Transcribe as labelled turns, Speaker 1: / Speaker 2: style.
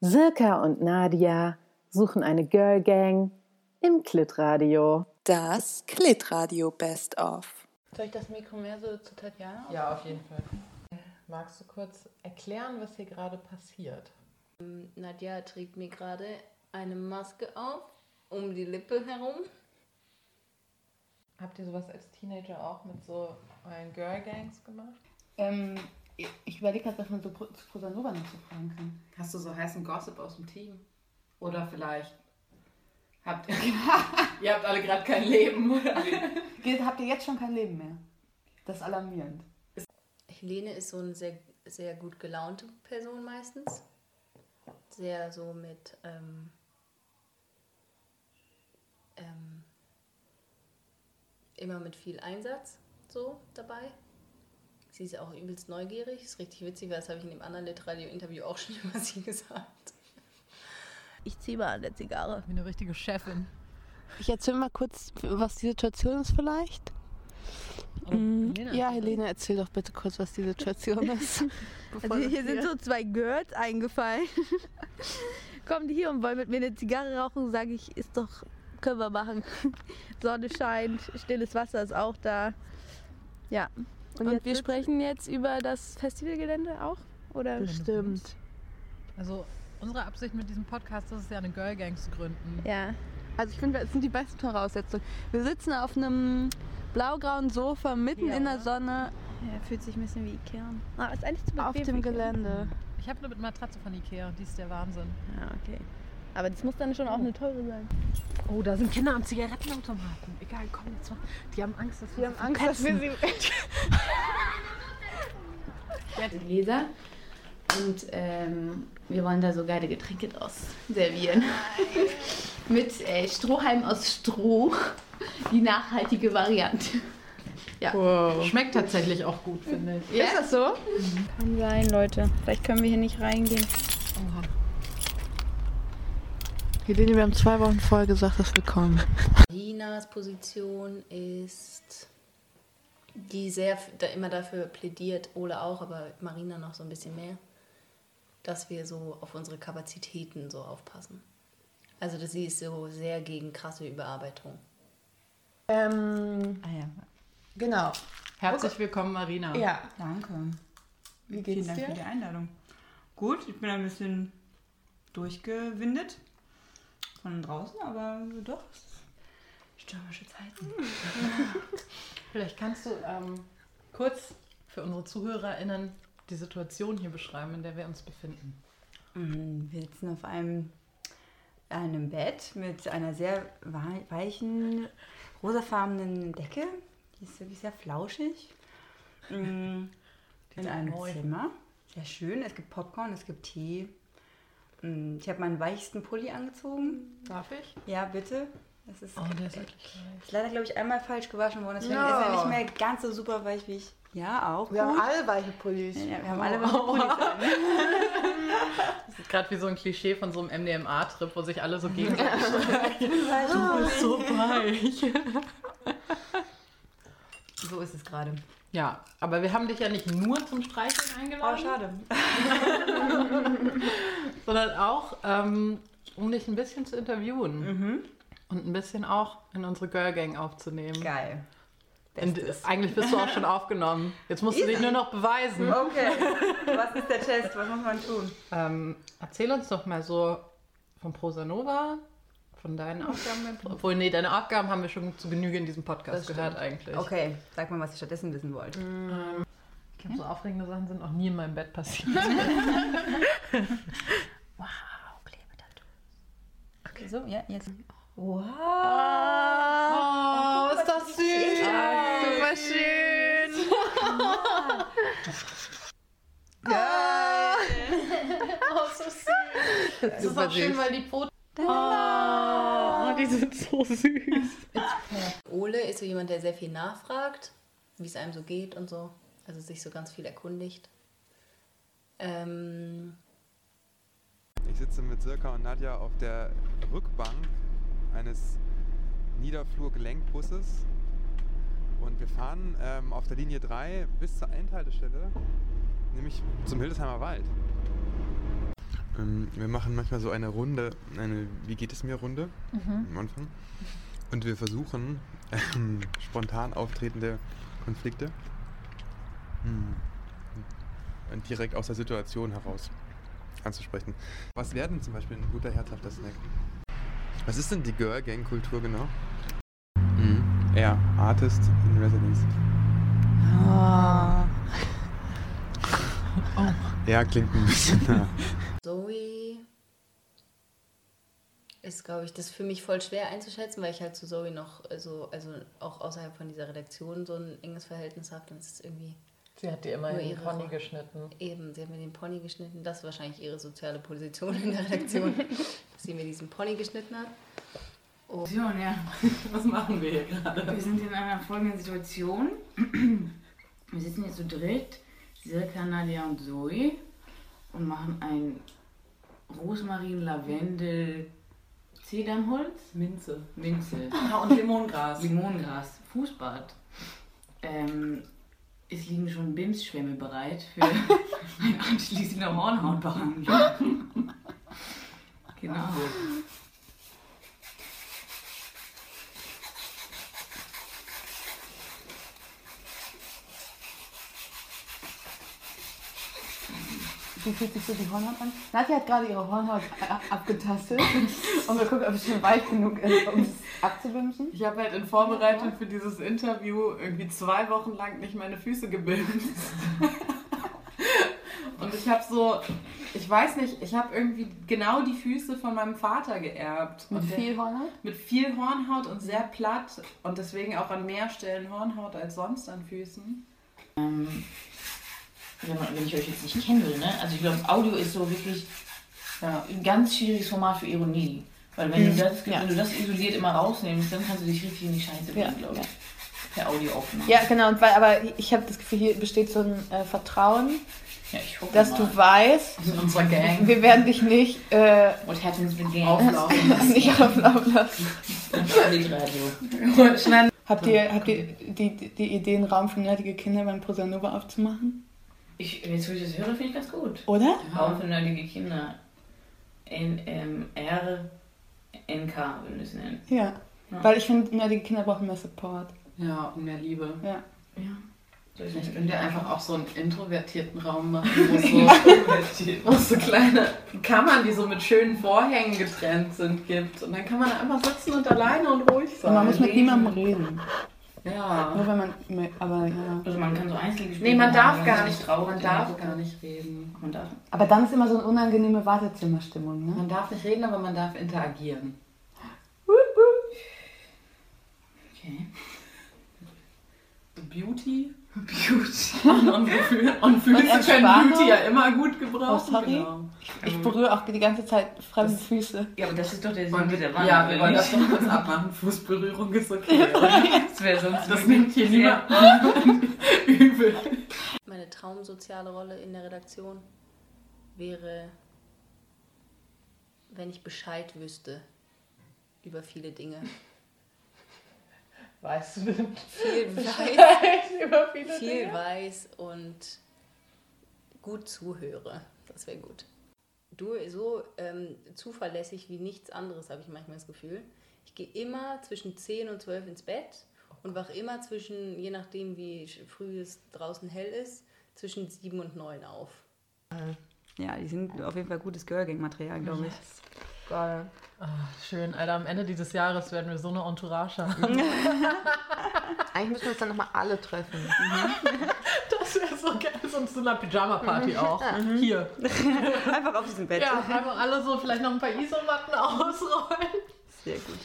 Speaker 1: Sirka und Nadia suchen eine Girl Gang im Klitradio.
Speaker 2: Das Klitradio Best of.
Speaker 3: Soll ich das Mikro mehr so zu Tatjana?
Speaker 4: Ja, auf jeden Fall. Magst du kurz erklären, was hier gerade passiert?
Speaker 3: Ähm, Nadja trägt mir gerade eine Maske auf, um die Lippe herum.
Speaker 4: Habt ihr sowas als Teenager auch mit so euren Girl Gangs gemacht?
Speaker 5: Ähm, ich- ich überlege gerade, was man so Pro- zu Prosanova noch so fragen kann.
Speaker 4: Hast du so heißen Gossip aus dem Team? Oder vielleicht habt ihr, ihr habt alle gerade kein Leben, oder?
Speaker 5: Geht, habt ihr jetzt schon kein Leben mehr? Das ist alarmierend.
Speaker 3: Helene ist so eine sehr, sehr gut gelaunte Person meistens. Sehr so mit ähm, ähm, immer mit viel Einsatz so dabei. Sie ist auch übelst neugierig, ist richtig witzig, weil das habe ich in dem anderen Litradio-Interview auch schon über sie gesagt.
Speaker 6: Ich ziehe mal an der Zigarre.
Speaker 7: Wie eine richtige Chefin.
Speaker 8: Ich erzähle mal kurz, was die Situation ist vielleicht.
Speaker 4: Oh,
Speaker 8: Mm, ja, Helene, erzähl doch bitte kurz, was die Situation ist. bevor
Speaker 6: Also hier
Speaker 8: das
Speaker 6: sind so zwei Girls eingefallen. Kommen die hier und wollen mit mir eine Zigarre rauchen, sage ich, ist doch, können wir machen. Sonne scheint, stilles Wasser ist auch da. Ja.
Speaker 8: Und
Speaker 6: jetzt
Speaker 8: wir
Speaker 6: sitzt-
Speaker 8: sprechen jetzt über das
Speaker 6: Festivalgelände auch? Oder?
Speaker 8: Bestimmt.
Speaker 7: Also unsere Absicht mit diesem Podcast ist es ja, eine Girl Gang zu gründen.
Speaker 6: Ja.
Speaker 8: Also ich finde, das sind die besten Voraussetzungen. Wir sitzen auf einem blaugrauen Sofa mitten in der Sonne
Speaker 6: ja. Fühlt sich ein bisschen wie Ikea. Ah, ist eigentlich zu bequem
Speaker 8: auf dem
Speaker 6: für
Speaker 8: Gelände.
Speaker 7: Ich habe eine mit Matratze von Ikea, die ist der Wahnsinn.
Speaker 6: Ikea. Ja, okay. Aber das muss dann schon auch eine teure sein.
Speaker 7: Oh, da sind Kinder am Zigarettenautomaten. Egal, komm jetzt mal. Die haben Angst, dass wir sie verpetzen.
Speaker 9: die Gläser. Und ähm, wir wollen da so geile Getränke draus servieren. Mit äh, Strohhalm aus Stroh. Die nachhaltige Variante.
Speaker 4: Schmeckt tatsächlich auch gut, finde ich.
Speaker 9: Ist das so?
Speaker 6: Kann sein, Leute. Vielleicht können wir hier nicht reingehen.
Speaker 8: Helene, wir haben zwei Wochen vorher gesagt, dass wir kommen.
Speaker 3: Linas Position ist, die sehr f- da immer dafür plädiert, Ole auch, aber Marina noch so ein bisschen mehr, dass wir so auf unsere Kapazitäten so aufpassen. Also dass sie ist so sehr gegen krasse Überarbeitung.
Speaker 4: Ähm,
Speaker 5: Ah ja,
Speaker 4: genau.
Speaker 10: Herzlich willkommen, Marina.
Speaker 4: Ja.
Speaker 5: danke.
Speaker 10: Wie
Speaker 4: geht's
Speaker 10: Vielen Dank
Speaker 4: dir?
Speaker 10: für die Einladung. Gut, ich bin ein bisschen durchgewindet von draußen, aber doch. es ist Stürmische Zeiten.
Speaker 4: Vielleicht kannst du
Speaker 7: Ähm, kurz für unsere ZuhörerInnen die Situation hier beschreiben, in der wir uns befinden.
Speaker 10: Mm, Wir sitzen auf einem, einem Bett mit einer sehr wei- weichen, rosafarbenen Decke. Die ist wirklich sehr flauschig. Mm, In
Speaker 7: sind
Speaker 10: einem
Speaker 7: neu.
Speaker 10: Zimmer. Sehr schön. Es gibt Popcorn, es gibt Tee. Mm, Ich habe meinen weichsten Pulli angezogen.
Speaker 7: Darf ich?
Speaker 10: Ja, bitte. Das ist,
Speaker 7: Oh, der ist wirklich
Speaker 10: ist leider, glaube ich, einmal falsch gewaschen worden. Deswegen
Speaker 4: No.
Speaker 10: ist er nicht mehr ganz so super weich wie ich. Oh. Ja, auch.
Speaker 4: Wir haben
Speaker 10: gut.
Speaker 4: alle weiche Pullis.
Speaker 10: ja, wir haben alle weiche Pullis an.
Speaker 7: Das ist gerade wie so ein Klischee von so einem MDMA-Trip, wo sich alle so gegenseitig
Speaker 10: Du bist
Speaker 7: so weich.
Speaker 10: So ist es gerade.
Speaker 7: Ja, aber wir haben dich ja nicht nur zum Streicheln
Speaker 10: Oh,
Speaker 7: eingeladen,
Speaker 10: schade.
Speaker 7: sondern auch, ähm, um dich ein bisschen zu interviewen. Und ein bisschen auch in unsere Girl Gang aufzunehmen.
Speaker 10: Geil.
Speaker 7: Und eigentlich bist du auch schon aufgenommen. Jetzt musst du dich nur noch beweisen.
Speaker 10: Okay, was ist der Test? Was muss man tun?
Speaker 7: Ähm, erzähl uns doch mal so von Prosanova, von deinen Aufgaben. beim Pro- Obwohl, nee, deine Aufgaben haben wir schon zu Genüge in diesem Podcast gehört eigentlich.
Speaker 10: Okay, sag mal, was ihr stattdessen wissen wollt.
Speaker 7: Ich glaube, so aufregende Sachen sind noch nie in meinem Bett passiert.
Speaker 10: So, ja, jetzt. Wow.
Speaker 7: Oh, ist das süß! Super schön!
Speaker 3: Oh,
Speaker 7: Das ist auch schön, weil die Fotos. Oh, die sind so süß.
Speaker 3: Ole ist so jemand, der sehr viel nachfragt, wie es einem so geht und so. Also sich so ganz viel erkundigt. Ähm,
Speaker 11: Ich sitze mit Sirka und Nadja auf der Rückbank eines Niederflurgelenkbusses und wir fahren ähm, auf der Linie 3 bis zur Endhaltestelle, nämlich zum Hildesheimer Wald. Ähm, wir machen manchmal so eine Runde, eine Wie geht es mir Runde
Speaker 12: Mhm.
Speaker 11: am Anfang. Und wir versuchen ähm, spontan auftretende Konflikte hm, und direkt aus der Situation heraus anzusprechen. Was wäre denn zum Beispiel ein guter herzhafter Snack? Was ist denn die Girl Gang Kultur genau? Mhm. Ja, Artist in Residence. Ja, klingt ein bisschen nach.
Speaker 3: Zoe ist, glaube ich, das für mich voll schwer einzuschätzen, weil ich halt zu Zoe noch, also, also auch außerhalb von dieser Redaktion so ein enges Verhältnis habe. Dann ist es irgendwie.
Speaker 7: Sie hat dir immerhin
Speaker 3: nur
Speaker 7: den
Speaker 3: ihre
Speaker 7: Pony
Speaker 3: Ro-
Speaker 7: geschnitten.
Speaker 3: Eben, sie hat mir den Pony geschnitten. Das ist wahrscheinlich ihre soziale Position in der Redaktion, dass sie mir diesen Pony geschnitten hat. Und
Speaker 5: So, ja.
Speaker 4: Was machen wir hier gerade?
Speaker 5: Wir sind in einer folgenden Situation. Wir sitzen jetzt zu dritt, Silke, Nadia und Zoe, und machen ein Rosmarin-Lavendel. Zedernholz? Minze. Minze.
Speaker 4: Ah, und Limongras.
Speaker 5: Limongras. Fußbad. Ähm, es liegen schon Bims-Schwämme bereit für ein anschließender Hornhautbehandlung. genau.
Speaker 12: Wie fühlt sich so die Hornhaut an? Nadja hat gerade ihre Hornhaut a- abgetastet und wir gucken, ob es schon weit genug ist, um es abzuwimschen.
Speaker 4: Ich habe halt in Vorbereitung für dieses Interview irgendwie zwei Wochen lang nicht meine Füße gebildet. Und ich habe so, ich weiß nicht, ich habe irgendwie genau die Füße von meinem Vater geerbt.
Speaker 12: Mit
Speaker 4: Und der-
Speaker 12: viel Hornhaut?
Speaker 4: Mit viel Hornhaut und sehr platt und deswegen auch an mehr Stellen Hornhaut als sonst an Füßen.
Speaker 13: Ähm, wenn, man, wenn ich euch jetzt nicht kenne, ne? also ich glaube, Audio ist so wirklich ja, ein ganz schwieriges Format für Ironie. Weil wenn,
Speaker 12: Mhm.
Speaker 13: du das,
Speaker 12: Ja.
Speaker 13: wenn du das isoliert immer rausnimmst, dann kannst du dich richtig in die Scheiße bringen,
Speaker 12: Ja,
Speaker 13: glaube ich.
Speaker 12: ja.
Speaker 13: Per Audioaufnahme.
Speaker 12: Ja, genau. Und weil, aber ich habe das Gefühl, hier besteht so ein äh, Vertrauen,
Speaker 13: Ja, ich hoffe
Speaker 12: dass
Speaker 13: mal.
Speaker 12: du weißt,
Speaker 13: In unserer Gang.
Speaker 12: wir werden dich nicht äh,
Speaker 13: Auflaufen lassen.
Speaker 12: nicht auflaufen lassen.
Speaker 13: Litradio.
Speaker 12: Habt ihr, habt ihr die, die, die Ideen, Raum für nerdige Kinder beim Posanova aufzumachen?
Speaker 13: Ich, jetzt, wo ich das höre, finde ich ganz gut.
Speaker 12: Oder?
Speaker 13: Raum für nerdige Kinder. N, M, R, N, K, würden wir es nennen.
Speaker 12: Ja.
Speaker 13: Ja.
Speaker 12: Weil ich finde, nerdige Kinder brauchen mehr Support.
Speaker 4: Ja, und mehr Liebe.
Speaker 12: Ja.
Speaker 4: Vielleicht könnt ihr einfach auch so einen introvertierten Raum machen, wo so, wo es so kleine Kammern, die so mit schönen Vorhängen getrennt sind, gibt. Und dann kann man einfach sitzen und alleine und ruhig sein.
Speaker 12: Und man muss mit niemandem reden.
Speaker 4: Ja.
Speaker 12: Nur wenn man. mit- Aber, ja.
Speaker 13: Also man kann so Einzelgespräche
Speaker 4: Nee, man darf
Speaker 13: machen,
Speaker 4: gar
Speaker 13: wenn
Speaker 4: nicht
Speaker 13: sich
Speaker 4: drauf,
Speaker 13: traut,
Speaker 4: man
Speaker 13: in
Speaker 4: darf
Speaker 13: der
Speaker 4: gar nicht reden.
Speaker 13: Man darf.
Speaker 12: aber dann ist immer so eine unangenehme Wartezimmerstimmung, ne?
Speaker 4: Man darf nicht reden, aber man darf interagieren.
Speaker 13: Okay.
Speaker 4: Beauty. Beauty. Und, Gefühl, und Füße
Speaker 12: Und Entspannung?
Speaker 4: können Beauty ja immer gut gebrauchen.
Speaker 12: Oh, sorry.
Speaker 4: Genau.
Speaker 12: Ich berühre auch die ganze Zeit fremde Füße.
Speaker 13: Ähm, Ja, aber das ist doch der
Speaker 4: Und,
Speaker 13: Sinn dieser Wand.
Speaker 4: ja,
Speaker 13: oder
Speaker 4: wir wollen das
Speaker 13: nicht?
Speaker 4: doch kurz abmachen. Fußberührung ist okay. oder?
Speaker 13: Das wäre sonst
Speaker 4: Das
Speaker 13: wirklich
Speaker 4: nimmt hier
Speaker 13: sehr-
Speaker 4: niemand übel.
Speaker 3: meine traumsoziale Rolle in der Redaktion wäre, wenn ich Bescheid wüsste über viele Dinge.
Speaker 7: Weißt du denn?
Speaker 3: viel weiß,
Speaker 7: Bescheid über viele
Speaker 3: viel
Speaker 7: Dinge?
Speaker 3: weiß und gut zuhöre. Das wäre gut. Du so ähm, zuverlässig wie nichts anderes, habe ich manchmal das Gefühl. Ich gehe immer zwischen 10 und 12 ins Bett und wach immer zwischen, je nachdem wie sch- früh es draußen hell ist, zwischen 7 und 9 auf.
Speaker 10: Ja, die sind auf jeden Fall gutes Girlgang-Material, glaube ich.
Speaker 7: Geil. schön, Alter. Am Ende dieses Jahres werden wir so eine Entourage
Speaker 4: Mhm.
Speaker 7: haben.
Speaker 8: Eigentlich müssen wir uns dann nochmal alle treffen.
Speaker 7: Mhm. das wäre so geil. Sonst so eine Pyjama-Party
Speaker 8: Mhm.
Speaker 7: auch.
Speaker 8: Ja.
Speaker 7: Hier.
Speaker 10: Einfach auf diesem Bett.
Speaker 7: Ja, einfach alle so vielleicht noch ein paar Isomatten ausrollen.
Speaker 10: Sehr gut.